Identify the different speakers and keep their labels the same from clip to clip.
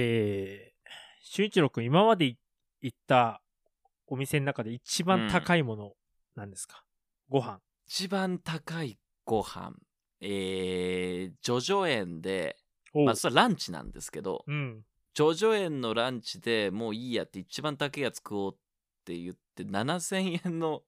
Speaker 1: えー、俊一郎くん、今までい行ったお店の中で一番高いもの、なんですか、ご飯。
Speaker 2: 一番高いご飯えー、叙々苑で、
Speaker 1: おう
Speaker 2: まあ、それはランチなんですけど
Speaker 1: うん。
Speaker 2: 叙々苑のランチでもういいやって一番高いやつ食おうって言って7000円の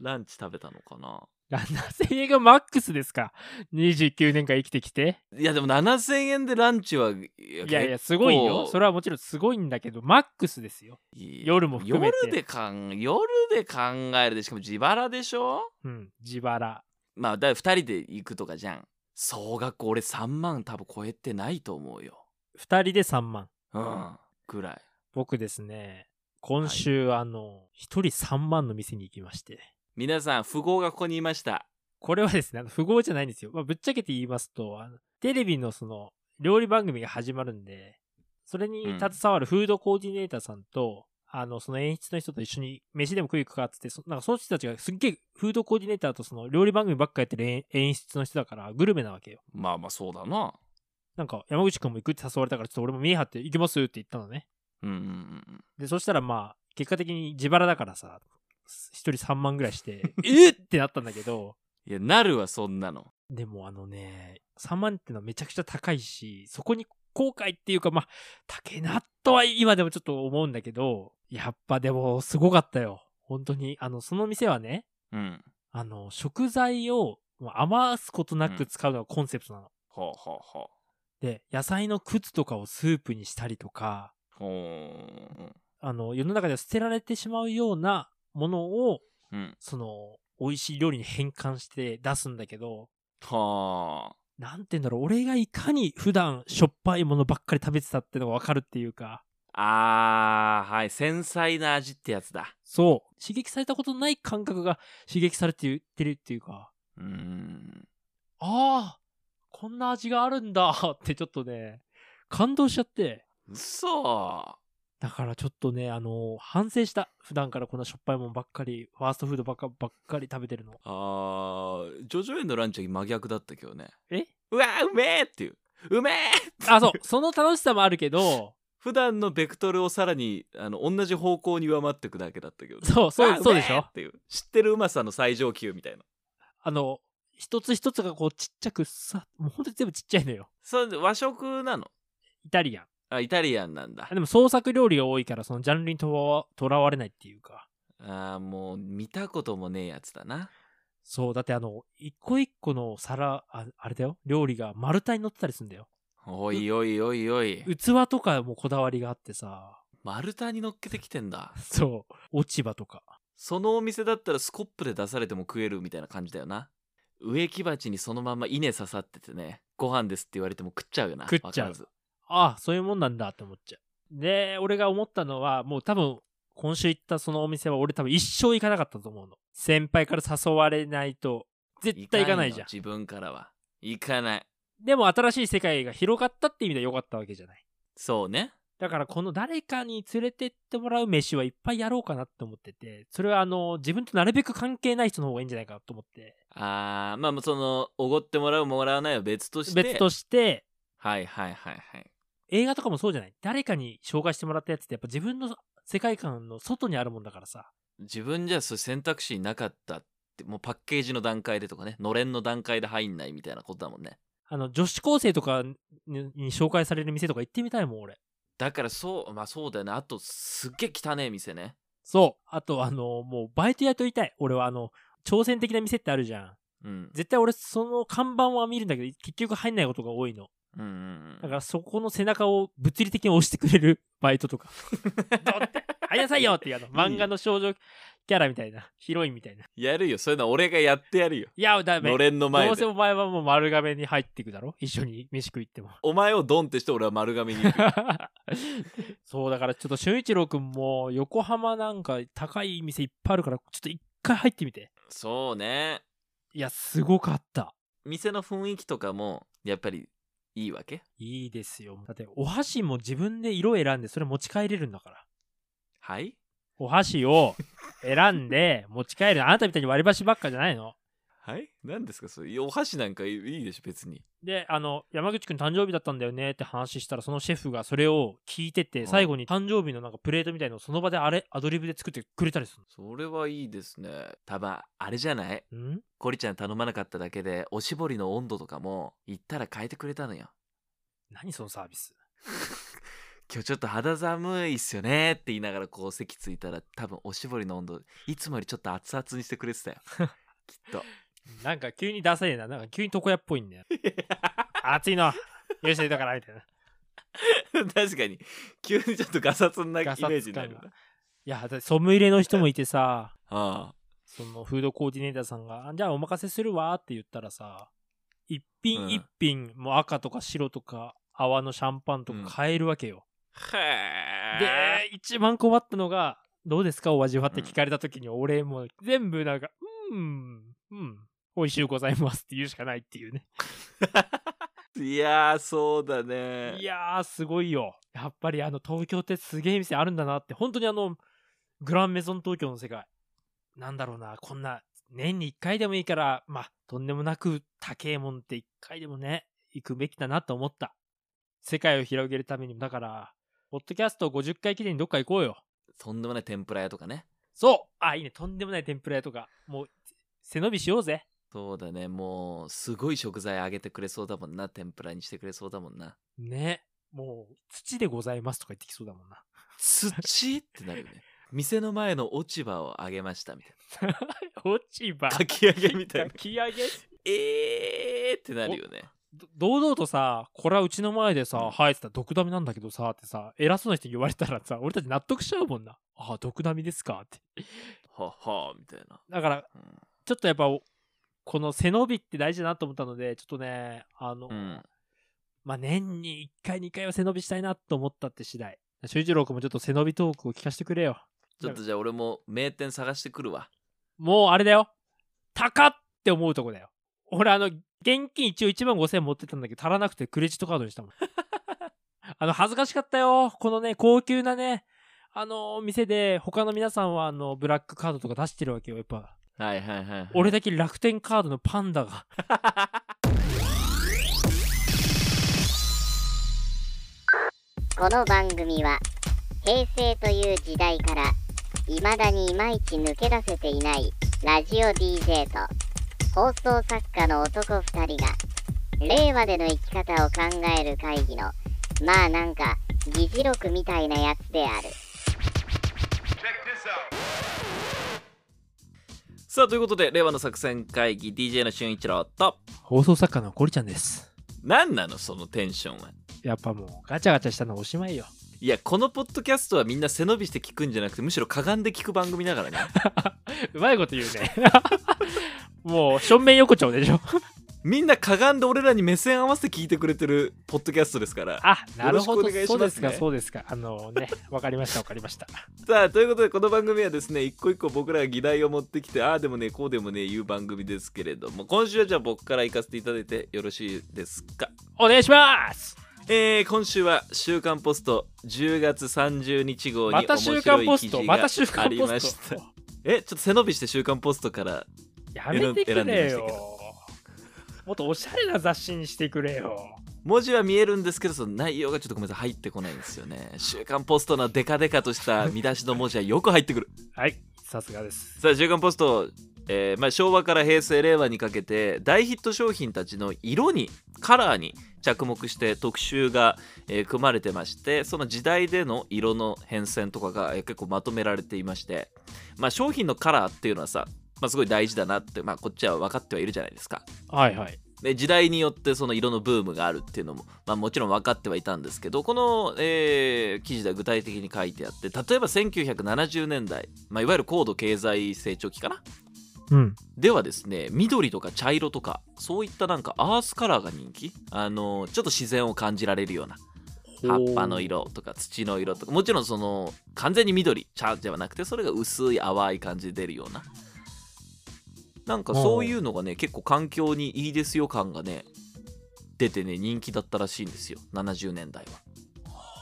Speaker 2: ランチ食べたのかな
Speaker 1: 7000円がマックスですか ?29 年間生きてきて。
Speaker 2: いやでも7000円でランチはい
Speaker 1: いやいや、すごいよ。それ
Speaker 2: は
Speaker 1: はもちろんすごいんだけど、マックスですよ。夜も含めて
Speaker 2: 夜でかん夜で考えるでしかも自腹でしょ
Speaker 1: うん。自腹。
Speaker 2: まあだ2人で行くとかじゃん総額俺3万多分超えてないと思うよ
Speaker 1: 2人で3万。
Speaker 2: うんぐらい
Speaker 1: 僕ですね、今週、あの、1人3万の店に行きまして。
Speaker 2: 皆さん富豪がここにいました
Speaker 1: これはですね、あの富豪じゃないんですよ。まあ、ぶっちゃけて言いますと、あのテレビのその料理番組が始まるんで、それに携わるフードコーディネーターさんと、あの、その演出の人と一緒に飯でも食い行くかっつって、そなんかその人たちがすっげえフードコーディネーターとその料理番組ばっかやってる演演出の人だからグルメなわけよ。
Speaker 2: まあまあそうだな
Speaker 1: なんか山口くんも行くって誘われたからちょっと俺も見え張って行きますって言ったのね。
Speaker 2: うんうんうん
Speaker 1: で、そしたらまあ、結果的に自腹だからさ、一人3万ぐらいして、 えっってなったんだけど、
Speaker 2: いやなるわそんなの
Speaker 1: でもあのね、3万ってのはめちゃくちゃ高いし、そこに後悔っていうか、まあ、高いなとは今でもちょっと思うんだけど、やっぱでもすごかったよ。本当に。あの、その店はね、
Speaker 2: うん
Speaker 1: あの、食材をもう余すことなく使うのがコンセプトなの。
Speaker 2: ほうほうほう
Speaker 1: で、野菜の靴とかをスープにしたりとか、
Speaker 2: ほ
Speaker 1: あの、世の中では捨てられてしまうようなものを、
Speaker 2: ううん
Speaker 1: その、美味しい料理に変換して出すんだけど、
Speaker 2: はあ
Speaker 1: なんて言うんだろう、俺がいかに普段しょっぱいものばっかり食べてたってのがわかるっていうか、
Speaker 2: あーはい繊細な味ってやつだ
Speaker 1: そう、刺激されたことない感覚が刺激されてってるっていうか、
Speaker 2: うん
Speaker 1: ああ、こんな味があるんだ ってちょっとね、感動しちゃって、
Speaker 2: うそ
Speaker 1: だからちょっとね、あの反省した。普段からこんなしょっぱいものばっかり、ファーストフードばっかばっかり食べてるの。
Speaker 2: あージョジョ園のランチは真逆だったけどね
Speaker 1: え
Speaker 2: うわーうめえっていううめえ
Speaker 1: あ、そう、その楽しさもあるけど、
Speaker 2: 普段のベクトルをさらにあの同じ方向に上回っていくだけだったけど ね
Speaker 1: そう、
Speaker 2: わ
Speaker 1: そ
Speaker 2: あ
Speaker 1: う、そう
Speaker 2: め
Speaker 1: で
Speaker 2: え
Speaker 1: しょ
Speaker 2: っていう知ってるうまさの最上級みたいな
Speaker 1: あの、一つ一つがこうちっちゃくさ、もうほんとに全部ちっちゃいのよ。
Speaker 2: それ和食なの
Speaker 1: イタリアン。
Speaker 2: あイタリアンなんだ
Speaker 1: あでも創作料理が多いからそのジャンルにとわとらわれないっていうか
Speaker 2: あーもう見たこともねえやつだな
Speaker 1: そうだってあの一個一個の皿ああれだよ料理が丸太に乗ってたりするんだよ
Speaker 2: おいおいおいおい
Speaker 1: 器とかもこだわりがあってさ
Speaker 2: 丸太に乗っけてきてんだ
Speaker 1: そう落ち葉とか
Speaker 2: そのお店だったらスコップで出されても食えるみたいな感じだよな植木鉢にそのまま稲刺さっててねご飯ですって言われても食っちゃうよな
Speaker 1: 食っちゃう
Speaker 2: わからず
Speaker 1: ああそういうもんなんだって思っちゃうで俺が思ったのはもう多分今週行ったそのお店は俺多分一生行かなかったと思うの先輩から誘われないと絶対行かないじゃん
Speaker 2: の自分からは行かない
Speaker 1: でも新しい世界が広がったって意味では良かったわけじゃない
Speaker 2: そうね
Speaker 1: だからこの誰かに連れてってもらう飯はいっぱいやろうかなって思ってて、それはあの、自分となるべく関係ない人の方がいいんじゃないかと思って、
Speaker 2: あーまあそのおごってもらうもらわないは別として
Speaker 1: 別として、
Speaker 2: はいはいはいはい
Speaker 1: 映画とかもそうじゃない誰かに紹介してもらったやつってやっぱ自分の世界観の外にあるもんだからさ。
Speaker 2: 自分じゃそういう選択肢なかったってもうパッケージの段階でとかねのれんの段階で入んないみたいなことだもんね
Speaker 1: あの、女子高生とかにに紹介される店とか行ってみたいもん、俺。
Speaker 2: だからそうまあそうだよねあとすっげえ汚え店ね
Speaker 1: そう。あと、あの、もうバイト雇いたい。俺はあの、挑戦的な店ってあるじゃん。
Speaker 2: うん
Speaker 1: 絶対俺その看板は見るんだけど、結局入んないことが多いの。
Speaker 2: うんうんう
Speaker 1: だ
Speaker 2: ん
Speaker 1: からそこの背中を物理的に押してくれる バイトとか。ありなさいよっていうあの漫画の少女キャラみたいな、ヒロインみたいな。
Speaker 2: やるよそういうのは俺がやってやるよ
Speaker 1: いや、ダメ
Speaker 2: の。れんの前
Speaker 1: どうせ
Speaker 2: で
Speaker 1: お前はもう丸亀に入ってくだろ一緒に飯食いっても。
Speaker 2: お前をドンってして俺は丸亀に行く
Speaker 1: そうだからちょっと俊一郎くんも横浜なんか高い店いっぱいあるから、ちょっと一回入ってみて。
Speaker 2: そうね
Speaker 1: いや、すごかった。
Speaker 2: 店の雰囲気とかもやっぱりいいわけ
Speaker 1: いいですよ。だってお箸も自分で色選んでそれ持ち帰れるんだから。
Speaker 2: はい
Speaker 1: お箸を選んで持ち帰る。あなたみたいに割り箸ばっかじゃないの。
Speaker 2: はい何ですかそれいやお箸なんかいいでしょ別に
Speaker 1: で、あの、山口くん誕生日だったんだよねって話したら、そのシェフがそれを聞いて
Speaker 2: う
Speaker 1: て、
Speaker 2: ん
Speaker 1: 最後に誕生日のなんかプレートみたいのをその場であれ、アドリブで作ってくれたりす
Speaker 2: それはいいですね多分あれじゃない
Speaker 1: るの。ん
Speaker 2: コリちゃん頼まなかっただけでおしぼりの温度とかも言ったら変えてくれたのよ
Speaker 1: 何そのサービス
Speaker 2: 今日ちょっと肌寒いっすよねって言いながらこう席ついたら多分おしぼりの温度いつもよりちょっと熱々にしてくれてたよ きっと
Speaker 1: なんか急にダサいな。なんか急に床屋っぽいんだ よ。暑いの。許してだから、みたいな。い
Speaker 2: 確かに急にちょっとガサツなイメ
Speaker 1: ガサツ感が
Speaker 2: ージになるな
Speaker 1: や、だってソム入れの人もいてさ、
Speaker 2: あ
Speaker 1: そのフードコーディネーターさんが、あじゃあお任せするわって言ったらさ、一品一品、もう赤とか白とか泡のシャンパンとか買えるわけよ。
Speaker 2: あへ
Speaker 1: で、一番困ったのが、どうですかお味はって聞かれた時に、俺もう全部なんか、うん、うん、美味しゅうございますって言うしかないっていうね。
Speaker 2: えいやーそうだね
Speaker 1: いやー、すごいよ。やっぱりあの、東京ってすげえ店あるんだなって、本当にあの、グランメゾン東京の世界。なんだろうな、こんな、年に1回でもいいから、まあ、とんでもなく高えもんって1回でもね、行くべきだなと思った。世界を広げるためにも、だから、ポッドキャスト50回記念にどっか行こうよ。
Speaker 2: とんでもない天ぷら屋とかね
Speaker 1: そうあ、いいね。とんでもない天ぷら屋とか。もう、背伸びしようぜ。
Speaker 2: そうだねもうすごい食材あげてくれそうだもんな天ぷらにしてくれそうだもんな
Speaker 1: ね。もう、土でございますとか言ってきそうだもんな。
Speaker 2: 土ってなるよね店の前の落ち葉をあげましたみたい
Speaker 1: 落ち 葉。
Speaker 2: なかき揚げみたい
Speaker 1: か
Speaker 2: な
Speaker 1: き揚げ
Speaker 2: えーってなるよね
Speaker 1: ど堂々とさ、これはうちの前でさ、生えてた毒ダミなんだけどさ、ってさ、偉そうな人に言われたらさ、俺たち納得しちゃうもんな。ああ、毒ダミですかって。
Speaker 2: はっはーみたいな、
Speaker 1: だから、
Speaker 2: う
Speaker 1: ちょっとやっぱ、おこの背伸びって大事だなと思ったので、ちょっとね、あの、
Speaker 2: んうん
Speaker 1: まあ、年に1回、2回は背伸びしたいなと思ったって次第。修一郎君もちょっと背伸びトークを聞かせてくれよ。
Speaker 2: ちょっとじゃあ俺も名店探してくるわ
Speaker 1: もうあれだよ。高って思うとこだよ。俺あの、現金一応1万5000円持ってたんだけど、足らなくてクレジットカードにしたもん。 あの、恥ずかしかったよ。このね、高級なね、あの、店で、他の皆さんはあの、ブラックカードとか出してるわけよ。やっぱ、
Speaker 2: はいはいはい、はい、
Speaker 1: 俺だけ楽天カードのパンダが。
Speaker 3: この番組は平成という時代から未だにいまいち抜け出せていないラジオ DJ と放送作家の男2人が令和での生き方を考える会議のまあなんか議事録みたいなやつである。
Speaker 2: さあということで令和の作戦会議 DJ の俊一郎と
Speaker 1: 放送作家のコリちゃんです。
Speaker 2: 何なのそのテンションは
Speaker 1: やっぱもう、ガチャガチャしたのはおしまいよ。
Speaker 2: いやこのポッドキャストはみんな背伸びして聞くんじゃなくてむしろかがんで聞く番組だから ね
Speaker 1: うまいこと言うね。 もう、正面横丁でしょ。
Speaker 2: みんなかがんで俺らに目線合わせて聞いてくれてるポッドキャストですから
Speaker 1: あ、なるほ
Speaker 2: よろ
Speaker 1: ど。
Speaker 2: しくお願いしま
Speaker 1: そ
Speaker 2: すね
Speaker 1: うですか、そうですか。あのね、わかりました、わかりました。
Speaker 2: さあということでこの番組はですね一個一個僕らが議題を持ってきてああでもねこうでもね言う番組ですけれども今週はじゃあ僕から行かせていただいてよろしいですか
Speaker 1: お願いします
Speaker 2: えー、今週は「週刊ポスト」10月30日号に
Speaker 1: また
Speaker 2: 面
Speaker 1: 週
Speaker 2: 白
Speaker 1: 刊
Speaker 2: い
Speaker 1: ポ
Speaker 2: 記
Speaker 1: ス
Speaker 2: 事
Speaker 1: ト、
Speaker 2: が
Speaker 1: また週
Speaker 2: あ
Speaker 1: 刊
Speaker 2: り
Speaker 1: ポ
Speaker 2: ま
Speaker 1: ス
Speaker 2: した
Speaker 1: ト。
Speaker 2: えちょっと背伸びして「週刊ポスト」から
Speaker 1: やめてく
Speaker 2: 選んでま
Speaker 1: れ
Speaker 2: したけ
Speaker 1: よ。もっとおしゃれな雑誌にしてくれよ。
Speaker 2: 文字は見えるんですけどその内容がちょっとごめんなさい入ってこないんですよね「週刊ポスト」のデカデカとした見出しの文字はよく入ってくる
Speaker 1: はい、さすがです。
Speaker 2: さあ「週刊ポスト」えーまあ、昭和から平成令和にかけて大ヒット商品たちの色にカラーに着目して特集が、えー組まれてましてその時代での色の変遷とかが、えー結構まとめられていまして、まあ、商品のカラーっていうのはさ、まあ、すごい大事だなって、まあ、こっちは分かってはいるじゃないですか。
Speaker 1: はいはい。
Speaker 2: で時代によってその色のブームがあるっていうのも、まあ、もちろん分かってはいたんですけどこの、えー記事では具体的に書いてあって例えば1970年代、まあ、いわゆる高度経済成長期かな
Speaker 1: うん。
Speaker 2: ではですね緑とか茶色とかそういったなんかアースカラーが人気あのちょっと自然を感じられるような葉っぱの色とか土の色とかもちろんその完全に緑茶ではなくてそれが薄い淡い感じで出るようななんかそういうのがね結構環境にいいですよ感がね出てね人気だったらしいんですよ70年代は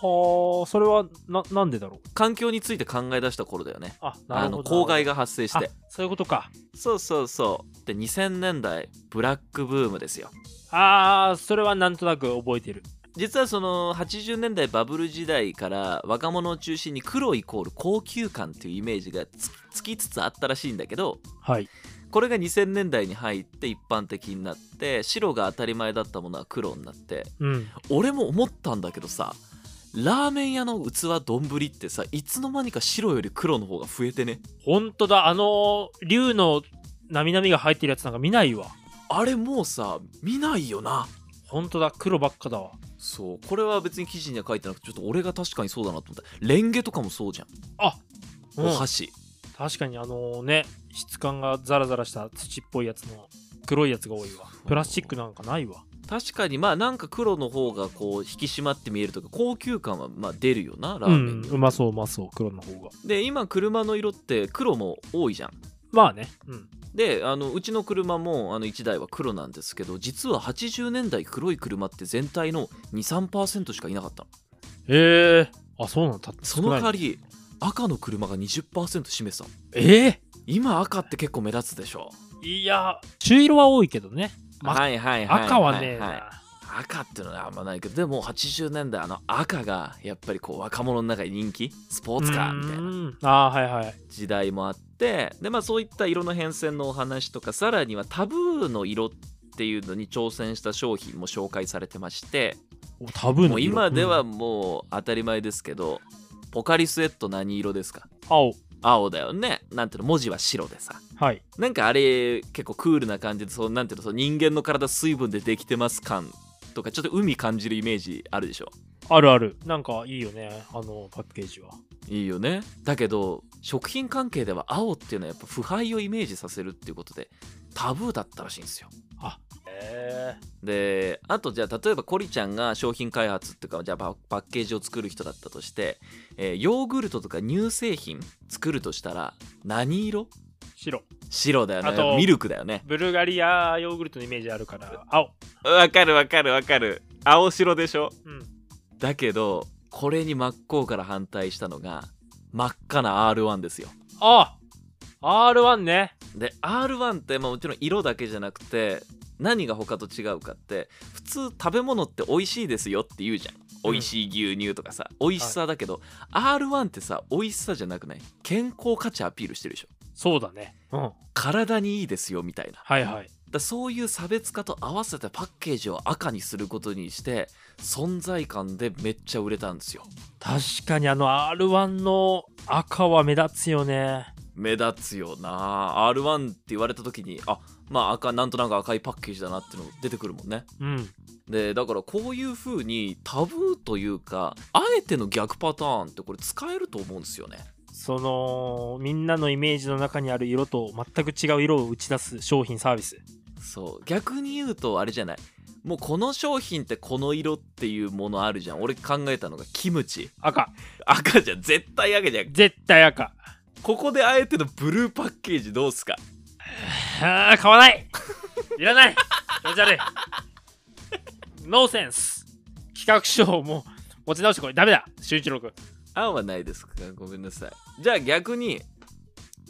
Speaker 1: はあ、それはな、なんでだろう。
Speaker 2: 環境について考え出した頃だよね
Speaker 1: あ、な
Speaker 2: あ
Speaker 1: るほ
Speaker 2: の
Speaker 1: ど。
Speaker 2: 公害が発生し
Speaker 1: あ
Speaker 2: て
Speaker 1: そういうことか。
Speaker 2: そうそうそうで2000年代ブラックブームですよ
Speaker 1: ああ、それはなんとなく覚えてる。
Speaker 2: 実はその80年代バブル時代から若者を中心に黒イコール高級感っていうイメージがつつきつつあったらしいんだけど
Speaker 1: はい。
Speaker 2: これが2000年代に入って一般的になって白が当たり前だったものは黒になって
Speaker 1: うん。
Speaker 2: 俺も思ったんだけどさラーメン屋の器丼ってさいつの間にか白より黒の方が増えてね
Speaker 1: ほんとだ、あの、竜のなみなみが入ってるやつなんか見ないわ。
Speaker 2: あれもうさ見ないよな
Speaker 1: ほんとだ、黒ばっかだわ。
Speaker 2: そうこれは別に記事には書いてなくてちょっと俺が確かにそうだなと思ったレンゲとかもそうじゃん、
Speaker 1: うん
Speaker 2: お箸
Speaker 1: 確かにあのね、質感がザラザラした土っぽいやつの黒いやつが多いわ。プラスチックなんかないわ。
Speaker 2: 確かにまあなんか黒の方がこう引き締まって見えるとか高級感はまあ出るよなラーメンには、
Speaker 1: うまそううまそう、黒の方が。
Speaker 2: で今車の色って黒も多いじゃん
Speaker 1: まあね。うん。
Speaker 2: であのうちの車もあの1台は黒なんですけど実は80年代黒い車って全体の23%しかいなかったの
Speaker 1: ええあ、そうなんだ。
Speaker 2: その代わ
Speaker 1: り。
Speaker 2: り赤の車が20%占めてたの
Speaker 1: ええ
Speaker 2: 今赤って結構目立つでしょ
Speaker 1: いや、中色は多いけどね。ま
Speaker 2: はいはいはいいい
Speaker 1: 赤はねえな。
Speaker 2: い赤っていうのはあんまないけどでも80年代あの赤がやっぱりこう若者の中に人気スポーツカーみたいな
Speaker 1: な。ああー、はいはい。
Speaker 2: 時代もあってでまあそういった色の変遷のお話とかさらにはタブーの色っていうのに挑戦した商品も紹介されてまして
Speaker 1: おタブー
Speaker 2: も
Speaker 1: の
Speaker 2: う
Speaker 1: 色
Speaker 2: 今では
Speaker 1: ん
Speaker 2: もう当たり前ですけど、ポカリスエット何色ですか
Speaker 1: 青。
Speaker 2: 青だよねなんていうの文字は白でさ
Speaker 1: はい。
Speaker 2: なんかあれ結構クールな感じでそうなんていうのそう人間の体水分でできてます感とかちょっと海感じるイメージあるでしょ
Speaker 1: あるある。なんかいいよね。あのパッケージは。
Speaker 2: いいよねだけど食品関係では青っていうのはやっぱ腐敗をイメージさせるっていうことでタブーだったらしいんですよ
Speaker 1: ええ
Speaker 2: であとじゃあ例えばコリちゃんが商品開発っていうかじゃあパパッケージを作る人だったとして、えーヨーグルトとか乳製品作るとしたら何色
Speaker 1: 白。
Speaker 2: 白だよ
Speaker 1: あと
Speaker 2: ねミルクだよね
Speaker 1: ブルガリアヨーグルトのイメージあるから、青。
Speaker 2: わかるわかるわかる青白でしょ
Speaker 1: うん。
Speaker 2: だけどこれに真っ向から反対したのが真っ赤な R1 ですよ
Speaker 1: ああ !R1 ね。
Speaker 2: で R1 って、まあ、もちろん色だけじゃなくて何が他と違うかって普通食べ物って美味しいですよって言うじゃん
Speaker 1: うん
Speaker 2: 美味しい牛乳とかさ、美味しさだけど、R1 ってさ美味しさじゃなくない健康価値アピールしてるでしょ
Speaker 1: そうだね。うん。
Speaker 2: 体にいいですよみたいな
Speaker 1: はいはい。
Speaker 2: だそういう差別化と合わせてパッケージを赤にすることにして存在感でめっちゃ売れたんですよ
Speaker 1: 確かにあの R1 の赤は目立つよね。
Speaker 2: 目立つよな R1 って言われた時にあまあ赤なんとなく赤いパッケージだなってのも出てくるもんね
Speaker 1: うん。
Speaker 2: でだからこういう風にタブーというかあえての逆パターンってこれ使えると思うんですよね
Speaker 1: その、みんなのイメージの中にある色と全く違う色を打ち出す商品サービス。
Speaker 2: そう逆に言うとあれじゃないもうこの商品ってこの色っていうものあるじゃん俺考えたのがキムチ
Speaker 1: 赤。
Speaker 2: 赤じゃん絶対赤じゃん
Speaker 1: 絶対赤。
Speaker 2: ここであえてのブルーパッケージどうすか
Speaker 1: あー買わない いらない気持ち悪いノーセンス企画書をもう持ち直してこいダメだ周一郎君
Speaker 2: 青はないですかごめんなさいじゃあ逆に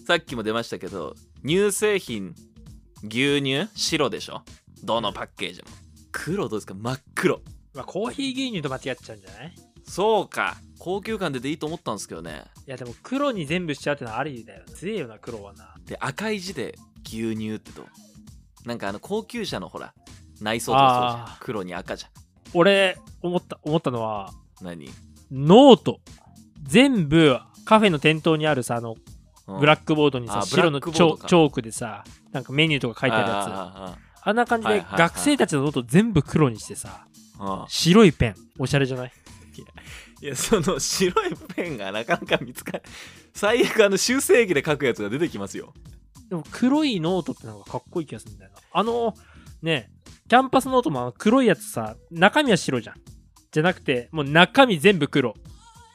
Speaker 2: さっきも出ましたけど乳製品牛乳白でしょどのパッケージも黒どうですか真っ黒
Speaker 1: まあコーヒー牛乳と間違っちゃうんじゃないい
Speaker 2: そうか高級感出ていいと思ったんですけどね
Speaker 1: やでも黒に全部しちゃうってのはありだよ強えよな黒はな
Speaker 2: で赤い字で牛乳ってどうなんかあの高級車のほら内装とかそうじゃん
Speaker 1: あー
Speaker 2: 黒に赤じゃ
Speaker 1: 俺思った思ったのは
Speaker 2: ん何、
Speaker 1: ノート全部カフェの店頭にあるさあのブラ
Speaker 2: ッ
Speaker 1: ックボードにさ、
Speaker 2: あ
Speaker 1: 白の
Speaker 2: ブ
Speaker 1: チ
Speaker 2: ラックボード
Speaker 1: ョ
Speaker 2: か
Speaker 1: チョークでさなんかメニューとか書いてあるやつあ
Speaker 2: や
Speaker 1: んな感じ
Speaker 2: はい
Speaker 1: で
Speaker 2: はいはい
Speaker 1: 学生たちのノート全部黒にしてさ
Speaker 2: つうん
Speaker 1: 白いペンおしゃれじゃない
Speaker 2: いやその白いペンがなかなか見つかない 最悪あの修正液で書くやつが出てきますよ
Speaker 1: でも黒いノートってのがかっこいい気がするんだよな。あの、ね、キャンパスノートもあの黒いやつさ、中身は白じゃん。じゃなくて、もう中身全部黒。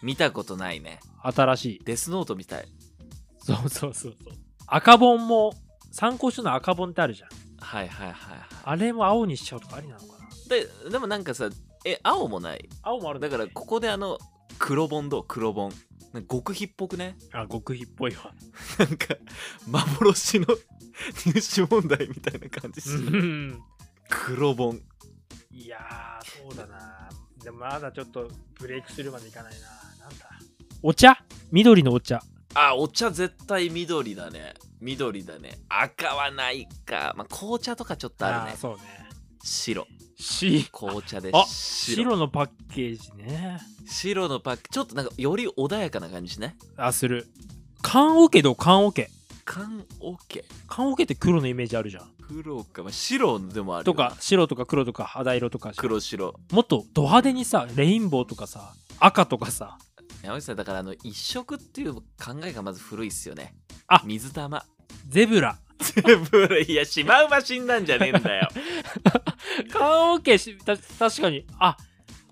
Speaker 2: 見たことないね
Speaker 1: 新しい。
Speaker 2: デスノートみたい
Speaker 1: そうそうそうそう。赤本も、参考書の赤本ってあるじゃん。
Speaker 2: はいはいはいは
Speaker 1: あれも青にしちゃうとかありなのかな。
Speaker 2: いででもなんかさえ青もない
Speaker 1: 青もあるん
Speaker 2: だ
Speaker 1: だ,、
Speaker 2: からここであの黒本どう黒本なんか極秘っぽくね
Speaker 1: あ極秘っぽいわ
Speaker 2: なんか幻の入試問題みたいな感じする黒本
Speaker 1: いやーそうだなでもまだちょっとブレイクするまでいかないななんだお茶緑のお茶
Speaker 2: あお茶絶対緑だね緑だね赤はないか、まあ、紅茶とかちょっとある
Speaker 1: ー
Speaker 2: ね
Speaker 1: そうね
Speaker 2: 白
Speaker 1: し
Speaker 2: 紅茶で
Speaker 1: あ
Speaker 2: 白白
Speaker 1: 白のパッケージね
Speaker 2: のパックちょっとなんかより穏やかな感じね
Speaker 1: あする缶オケどう缶オケ
Speaker 2: 缶オケ
Speaker 1: 缶オケって黒のイメージあるじゃん
Speaker 2: 黒か、まあ、白でもある
Speaker 1: と
Speaker 2: よ
Speaker 1: か白とか黒とか肌色とか
Speaker 2: 黒白
Speaker 1: もっとド派手にさレインボーとかさ赤とかさ
Speaker 2: 山口さんだからあの一色っていう考えがまず古いっすよね
Speaker 1: あ
Speaker 2: 水玉
Speaker 1: ゼブラ
Speaker 2: ブルいやシマウマ死んだんじゃねえんだよ
Speaker 1: 缶オケした確かにあ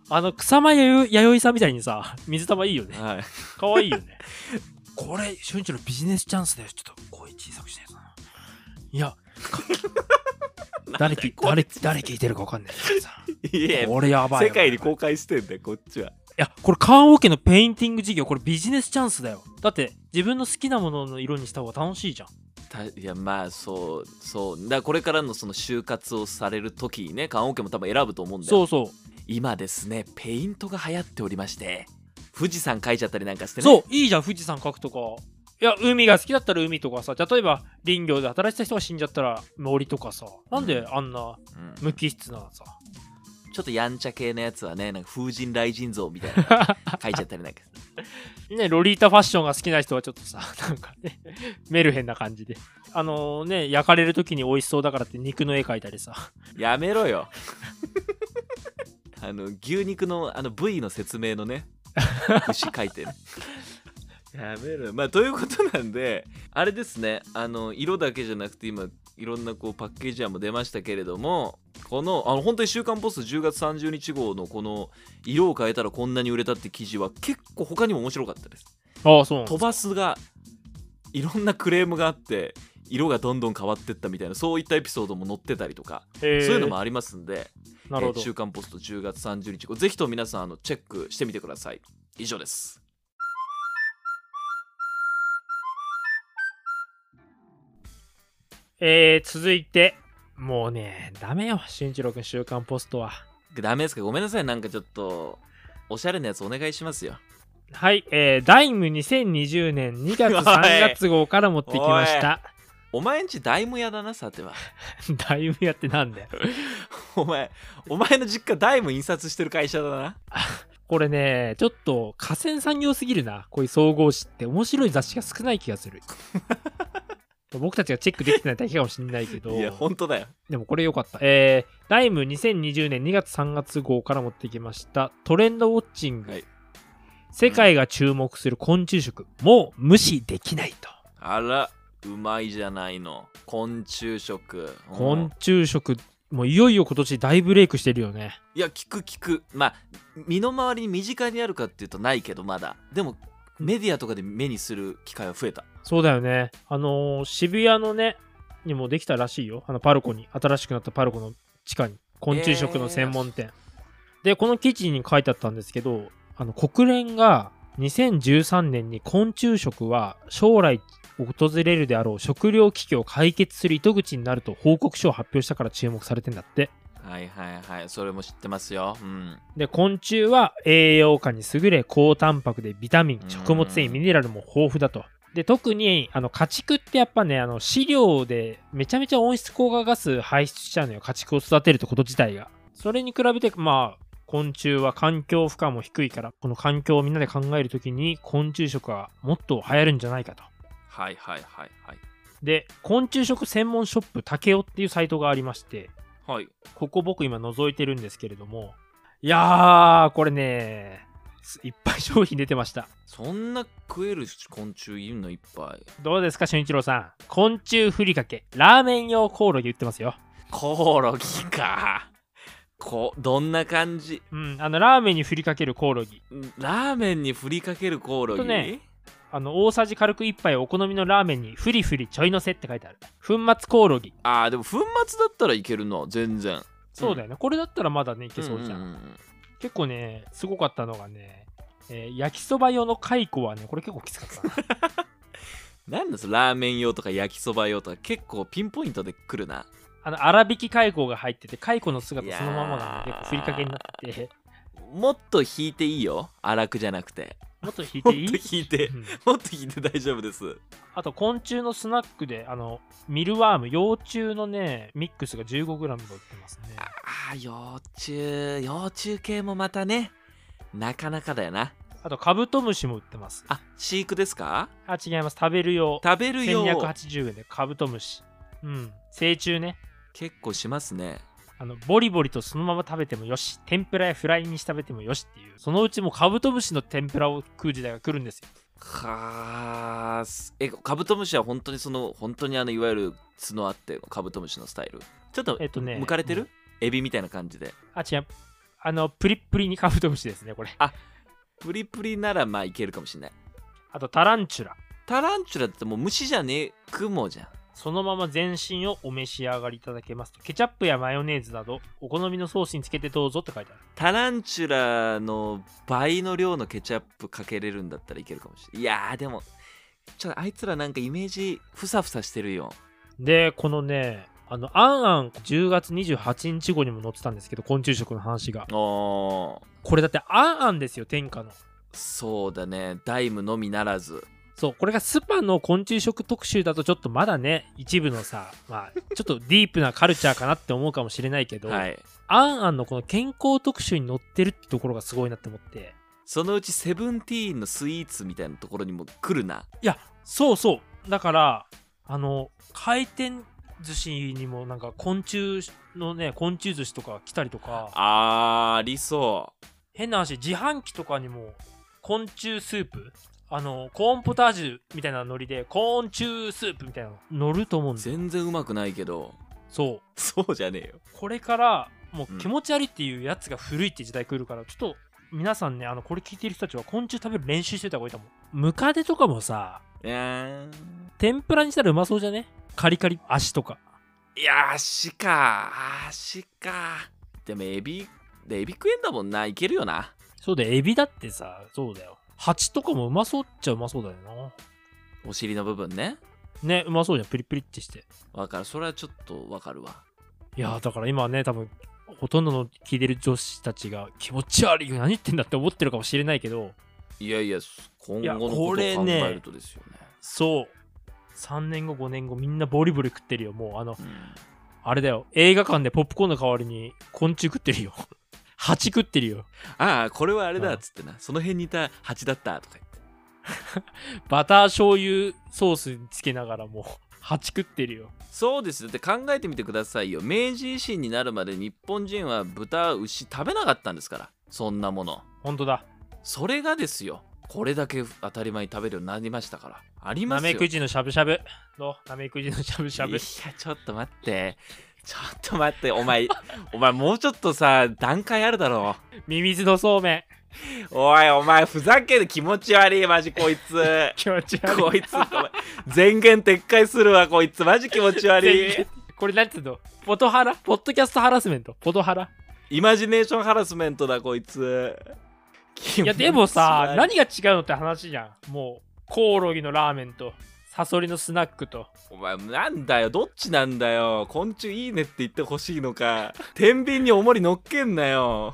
Speaker 1: あの草間弥生弥生さんみたいにさ水玉いいよね
Speaker 2: はい
Speaker 1: かわいいよね これ俊一のビジネスチャンスだよちょっと声小さくしないとないや 誰き誰誰聞いてるかわかんないけどさ
Speaker 2: い や
Speaker 1: これやばい
Speaker 2: 世
Speaker 1: よ
Speaker 2: 界に公開してんだよこっちはい
Speaker 1: や、これカーオケのペインティング事業、これビジネスチャンスだよ。だって、自分の好きなものの色にした方が楽しいじゃん。
Speaker 2: たいやまあそうそうだからこれからのその就活をされる時にね棺桶も多分選ぶと思うんだよ
Speaker 1: そうそう。
Speaker 2: 今ですねペイントが流行っておりまして富士山描いちゃったりなんかしてね
Speaker 1: そう、いいじゃん、富士山描くとか。いや、海が好きだったら海とかさ、例えば林業で働いてた人が死んじゃったら森とかさ、なんであんな
Speaker 2: うん
Speaker 1: 無機質なさ、
Speaker 2: ちょっとやんちゃ系のやつはねなんか風神雷神像みたいな の描いちゃったりなんか
Speaker 1: ね、ロリータファッションが好きな人はちょっとさ、 なんかね、メルヘンな感じで。あのね、焼かれる時に美味しそうだからって肉の絵描いたりさ。
Speaker 2: やめろよ あの牛肉のあの部位の説明の ね牛描いてるやめろよまあということなんであれですねあの色だけじゃなくて今いろんなこうパッケージ案も出ましたけれどもこのあの本当に「週刊ポスト」10月30日号のこの「色を変えたらこんなに売れた」って記事は結構他にも面白かったです
Speaker 1: ああ、そうなんだ
Speaker 2: 飛ばすがいろんなクレームがあって色がどんどん変わってったみたいなそういったエピソードも載ってたりとか、
Speaker 1: そう
Speaker 2: そういうのもありますんで「
Speaker 1: なるほ
Speaker 2: えー
Speaker 1: ど。
Speaker 2: 週刊ポスト」10月30日号ぜひとも皆さんあのチェックしてみてください以上です
Speaker 1: えー、続いて、もうね、ダメよ、俊一郎くん、週刊ポストは。
Speaker 2: ダメですかごめんなさいなんかちょっとおしゃれなやつお願いしますよ
Speaker 1: はい、えー、ダイム2020年2月
Speaker 2: おい
Speaker 1: 3月号から持ってきました。
Speaker 2: お前んちダイム屋だなさては
Speaker 1: ダイムやって なんだよ。
Speaker 2: お前お前の実家ダイム印刷してる会社だな
Speaker 1: これね、ちょっと河川産業すぎるな、こういう総合誌って面白い雑誌が少ない気がする。 僕たちがチェックできてないだけかもしれないけど、
Speaker 2: いや本当だよ
Speaker 1: でもこれ良かった。えー、ダイム2020年2月3月号から持ってきました、トレンドウォッチング。
Speaker 2: はい
Speaker 1: 世界が注目する昆虫食、もう無視できないと。
Speaker 2: あらうまいじゃないの昆虫食うん
Speaker 1: 昆虫食、もういよいよ今年大ブレイクしてるよね。
Speaker 2: いや聞く聞くまあ身の回りに身近にあるかっていうとないけどまだでもメディアとかで目にする機会は増えた
Speaker 1: そうだよね。あのー渋谷のね、にもできたらしいよ。あの、パルコに、新しくなったパルコの地下に、昆虫食の専門店。で、この記事に書いてあったんですけど、あの、国連が2013年に昆虫食は将来訪れるであろう食糧危機を解決する糸口になると報告書を発表したから注目されてんだって。
Speaker 2: はいはいはいそれも知ってますようん
Speaker 1: で昆虫は栄養価に優れ高タンパクでビタミ
Speaker 2: う
Speaker 1: ン
Speaker 2: ん
Speaker 1: 食物繊維ミネラルも豊富だと。で特にあの家畜ってやっぱねあの飼料でめちゃめちゃ温室効果ガス排出しちゃうのよ家畜を育てるってこと自体が。それに比べてまあ昆虫は環境負荷も低いからこの環境をみんなで考えるときに昆虫食はもっと流行るんじゃないかと。
Speaker 2: はいはいはいはい
Speaker 1: で昆虫食専門ショップ竹雄っていうサイトがありまして
Speaker 2: はい
Speaker 1: ここ僕今覗いてるんですけれども、いやー、これね、すいっぱい商品出てました。
Speaker 2: そんな食える昆虫いるのいっぱい
Speaker 1: どうですか、俊一郎さん。昆虫ふりかけ、ラーメン用コオロギ売ってますよ。
Speaker 2: コオロギかこどんな感じ
Speaker 1: うん、あの、ラーメンにふりかけるコオロギ。
Speaker 2: ラーメンに振りかけるコオロギ、
Speaker 1: ちょっとねあの、大さじ軽く一杯お好みのラーメンにふりふりちょいのせって書いてある。粉末コオロギ。
Speaker 2: あーでも粉末だったらいけるな全然
Speaker 1: そうだよね。これだったらまだね、いけそうじゃん。
Speaker 2: んんん
Speaker 1: 結構ね、すごかったのがね、えー焼きそば用の蚕はね、これ結構きつかった な。
Speaker 2: なんですラーメン用とか焼きそば用とか結構ピンポイントで来るな
Speaker 1: あの、粗挽き蚕が入ってて、蚕の姿
Speaker 2: いやー
Speaker 1: そのままなんで、結構ふりかけになってて、
Speaker 2: もっと引いていいよ荒くじゃなくて
Speaker 1: もっと引い
Speaker 2: もって
Speaker 1: いい
Speaker 2: と引いて
Speaker 1: うん
Speaker 2: もっと引いて大丈夫です
Speaker 1: あと、昆虫のスナックで、あの、ミルワーム、幼虫のね、ミックスが 15g が売ってますね。
Speaker 2: あー幼虫幼虫系もまたねなかなかだよな
Speaker 1: あと、カブトムシも売ってます。
Speaker 2: あ飼育ですか
Speaker 1: あ、違います。食べる用。
Speaker 2: 食べるよ
Speaker 1: 1280円でカブトムシ。うん。成虫ね。
Speaker 2: 結構しますね
Speaker 1: あの、ボリボリとそのまま食べてもよし、天ぷらやフライにして食べてもよしっていう、そのうちもうカブトムシの天ぷらを食う時代が来るんですよ。
Speaker 2: はあすえカブトムシは本当にその本当にあのいわゆる角あってカブトムシのスタイルちょっと
Speaker 1: えっとね
Speaker 2: 向かれてる、
Speaker 1: うん
Speaker 2: エビみたいな感じで
Speaker 1: あ、違う。あの、プリップリにカブトムシですね、これ。
Speaker 2: プリプリならまあいけるかもしれない
Speaker 1: あと、タランチュラ。
Speaker 2: タランチュラってもう虫じゃねえ雲じゃん
Speaker 1: そのまま全身をお召し上がりいただけますと。ケチャップやマヨネーズなど、お好みのソースにつけてどうぞって書いてある。
Speaker 2: タランチュラの倍の量のケチャップかけれるんだったらいけるかもしれないいやーでもちょっとあいつらなんかイメージふさふさしてるよ
Speaker 1: で、このね、あの、あんあん10月28日後にも載ってたんですけど、昆虫食の話が。
Speaker 2: おー
Speaker 1: これだってあんあんですよ、天下の。
Speaker 2: そうだねダイムのみならず
Speaker 1: そう、これがスパの昆虫食特集だとちょっとまだね、一部のさ、まあ、ちょっとディープなカルチャーかなって思うかもしれないけど、
Speaker 2: はい
Speaker 1: あんあんのこの健康特集に載ってるってところがすごいなって思って。
Speaker 2: そのうちセブンティーンのスイーツみたいなところにも来るない
Speaker 1: や、そうそう。だから、あの、回転寿司にもなんか昆虫のね、昆虫寿司とか来たりとか、
Speaker 2: あーありそう
Speaker 1: 変な話、自販機とかにも昆虫スープあの、コーンポタージュみたいなノリで、昆虫スープみたいなの乗ると思うんですよ。
Speaker 2: 全然うまくないけど
Speaker 1: そう。
Speaker 2: そうじゃねえよ
Speaker 1: これからもう気持ち悪いっていうやつが古いって時代来るから、ちょっと皆さんねあのこれ聞いてる人たちは昆虫食べる練習してた方がいいと思うムカデとかもさ
Speaker 2: いや
Speaker 1: 天ぷらにしたらうまそうじゃねカリカリ足とか
Speaker 2: ーいやー足か足かでもエビでエビ食えんだもんないけるよな
Speaker 1: そうだよエビだってさそうだよハチとかもうまそうっちゃうまそうだよな
Speaker 2: お尻の部分ね
Speaker 1: ねうまそうじゃんプリプリってして
Speaker 2: わかるそれはちょっとわかるわ
Speaker 1: いやーだから今ね多分ほとんどの聞いてる女子たちが気持ち悪い何言ってんだって思ってるかもしれないけど
Speaker 2: いやいや今
Speaker 1: いや
Speaker 2: 後のこと
Speaker 1: こ
Speaker 2: を考
Speaker 1: れね
Speaker 2: えるとですよね
Speaker 1: そう3年後5年後みんなボリボリ食ってるよもうあの
Speaker 2: うん
Speaker 1: あれだよ、映画館でポップコーンの代わりに昆虫食ってるよ。 蜂食ってるよ。
Speaker 2: ああこれはあれだ
Speaker 1: う
Speaker 2: っ
Speaker 1: ん
Speaker 2: つってなその辺にいた蜂だったとか言って
Speaker 1: バター醤油ソースにつけながらもう、蜂食ってるよ。
Speaker 2: そうですだって考えてみてくださいよ明治維新になるまで日本人は豚牛食べなかったんですからそんなもの
Speaker 1: ほんとだ。
Speaker 2: それがですよこれだけ当たり前に食べるようになりましたからありま
Speaker 1: な
Speaker 2: すよ
Speaker 1: めくじのしゃぶしゃぶ。どうなめくじのしゃぶしゃ
Speaker 2: い
Speaker 1: ぶ
Speaker 2: や。ちょっと待ってちょっと待ってお前お前もうちょっとさ段階あるだろ
Speaker 1: ミミズのそうめ
Speaker 2: おいお前ふざける気持ち悪いマジこいつ
Speaker 1: ん。気持ち悪い。
Speaker 2: こいつお前前言撤回するわこいつマジ気持ち悪
Speaker 1: 全
Speaker 2: い
Speaker 1: 然これなんていうのポトハラポッドキャストハラスメント。ポトハラ。
Speaker 2: イマジネーションハラスメントだこいつ
Speaker 1: いやでも さ、
Speaker 2: 気持ち悪い
Speaker 1: 何が違うのって話じゃん。もう、コオロギのラーメンと、サソリのスナックと。
Speaker 2: お前なんだよどっちなんだよ昆虫いいねって言ってほしいのか天秤に重り乗っけんなよ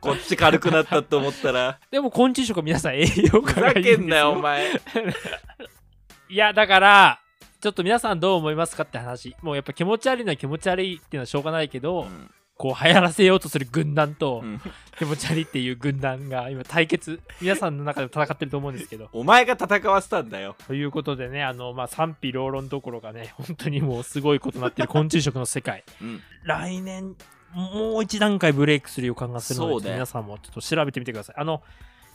Speaker 2: こっち軽くなったと思ったら
Speaker 1: でも昆虫食は皆さん栄養
Speaker 2: ふ
Speaker 1: 価がい
Speaker 2: ざ
Speaker 1: いんです
Speaker 2: け
Speaker 1: よ。
Speaker 2: んなよお前
Speaker 1: いや、だから、ちょっと皆さんどう思いますかって話。もうやっぱ気持ち悪いのは気持ち悪いっていうのはしょうがないけど、
Speaker 2: うん
Speaker 1: こう流行らせようとする軍団と、
Speaker 2: うん
Speaker 1: 気持ち悪いっていう軍団が今対決、皆さんの中で戦ってると思うんですけど。
Speaker 2: お前が戦わせたんだよ
Speaker 1: ということでね、あの、まあ、賛否両論どころかね、 本当にもうすごいことになってる昆虫食の世界。
Speaker 2: うん
Speaker 1: 来年、もう一段階ブレイクする予感がするので、
Speaker 2: そうね
Speaker 1: 皆さんもちょっと調べてみてください。あの、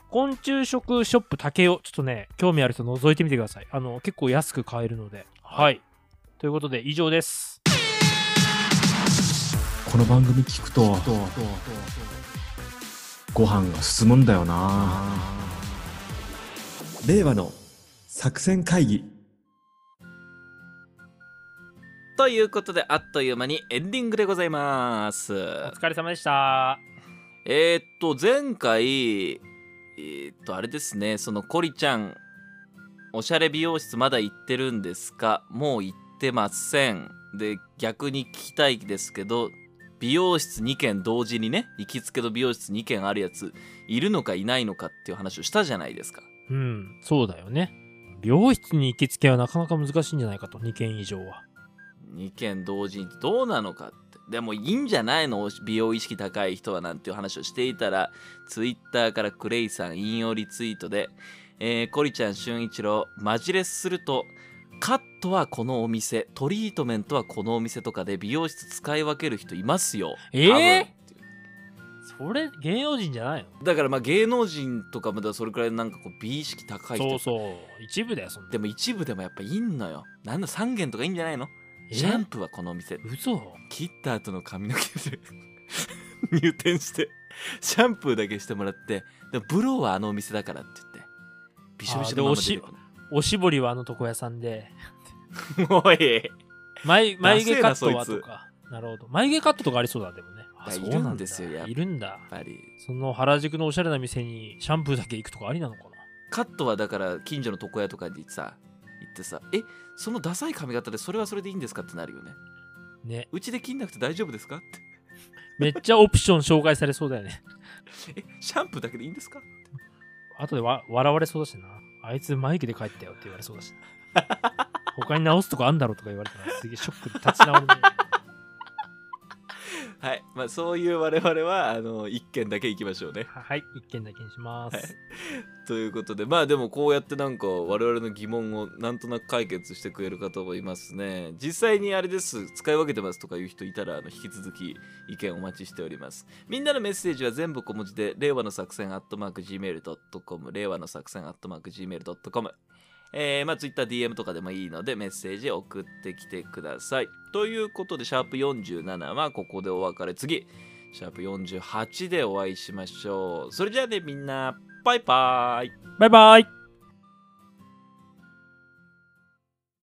Speaker 1: 昆虫食ショップ竹雄、ちょっとね、興味ある人覗いてみてください。あの、結構安く買えるので。はい。ということで、以上です。
Speaker 4: この番組聞くとご飯が進むんだよな令和の作戦会議
Speaker 2: ということであっという間にエンディングでございます
Speaker 1: お疲れ様でした。
Speaker 2: ええーっと前回えーっとあれですねそのコリちゃんおしゃれ美容室まだ行ってるんですかもう行ってませんで逆に聞きたいですけど美容室2軒同時にね行きつけの美容室2軒あるやついるのかいないのかっていう話をしたじゃないですか
Speaker 1: うん、そうだよね。美容室に行きつけはなかなか難しいんじゃないかと、2件以上は。
Speaker 2: 2件同時にどうなのかってでもいいんじゃないの美容意識高い人はなんていう話をしていたらツイッターからクレイさん引用リツイートで「えー、コリちゃん俊一郎マジレスするとカットはこのお店トリートメントはこのお店とかで美容室使い分ける人いますよ」
Speaker 1: えー
Speaker 2: 多分っていう
Speaker 1: それ、芸能人じゃないの
Speaker 2: だからまあ芸能人とかまだそれくらいなんかこう美意識高い人
Speaker 1: そうそう。一部だよ、そんな。
Speaker 2: でも一部でもやっぱいんのよなんだ3軒とかいいんじゃないの
Speaker 1: え
Speaker 2: シャンプーはこのお店
Speaker 1: 嘘
Speaker 2: 切った後の髪の毛で 入店してシャンプーだけしてもらってでもブローはあのお店だからって言ってびしょびしょのまま出てくる
Speaker 1: おしぼりはあの床屋さんで、
Speaker 2: おい
Speaker 1: 眉眉毛カット
Speaker 2: ダ
Speaker 1: は
Speaker 2: セえな
Speaker 1: とか。なるほど。眉毛カットとかありそうだ、でもね。あ、
Speaker 2: いや
Speaker 1: そう
Speaker 2: いるんですよや
Speaker 1: な
Speaker 2: っ
Speaker 1: ん
Speaker 2: ぱ
Speaker 1: だいるんだ。
Speaker 2: やっぱり
Speaker 1: その原宿のおしゃれな店にシャンプーだけ行くとかありなのかな
Speaker 2: カットはだから近所の床屋とかにさ行ってさえそのダサい髪型でそれはそれでいいんですかってなるよね
Speaker 1: ね。
Speaker 2: うちで切んなくて大丈夫ですかっ
Speaker 1: めっちゃオプション紹介されそうだよね。
Speaker 2: てえシャンプーだけでいいんですか
Speaker 1: 後でわ笑われそうだしな。あいつ眉毛で帰ったよって言われそうだしな。 他に直すとこあんだろうとか言われたらすげえショックで立ち直るね。
Speaker 2: はいまあそういう我々はあの一軒だけ行きましょうね
Speaker 1: ははい、一件だけにします。
Speaker 2: はいということでまあでもこうやってなんか我々の疑問をなんとなく解決してくれる方もいますね実際にあれです使い分けてますとかいう人いたらあの引き続き意見お待ちしておりますみんなのメッセージは全部小文字で令和の作戦アットマーク Gmail.com 令和の作戦アットマーク Gmail.com えー、まあ TwitterDM とかでもいいのでメッセージ送ってきてくださいということでシャープ47はここでお別れ次シャープ48でお会いしましょうそれじゃあねみんなバイバイ
Speaker 1: バイバイ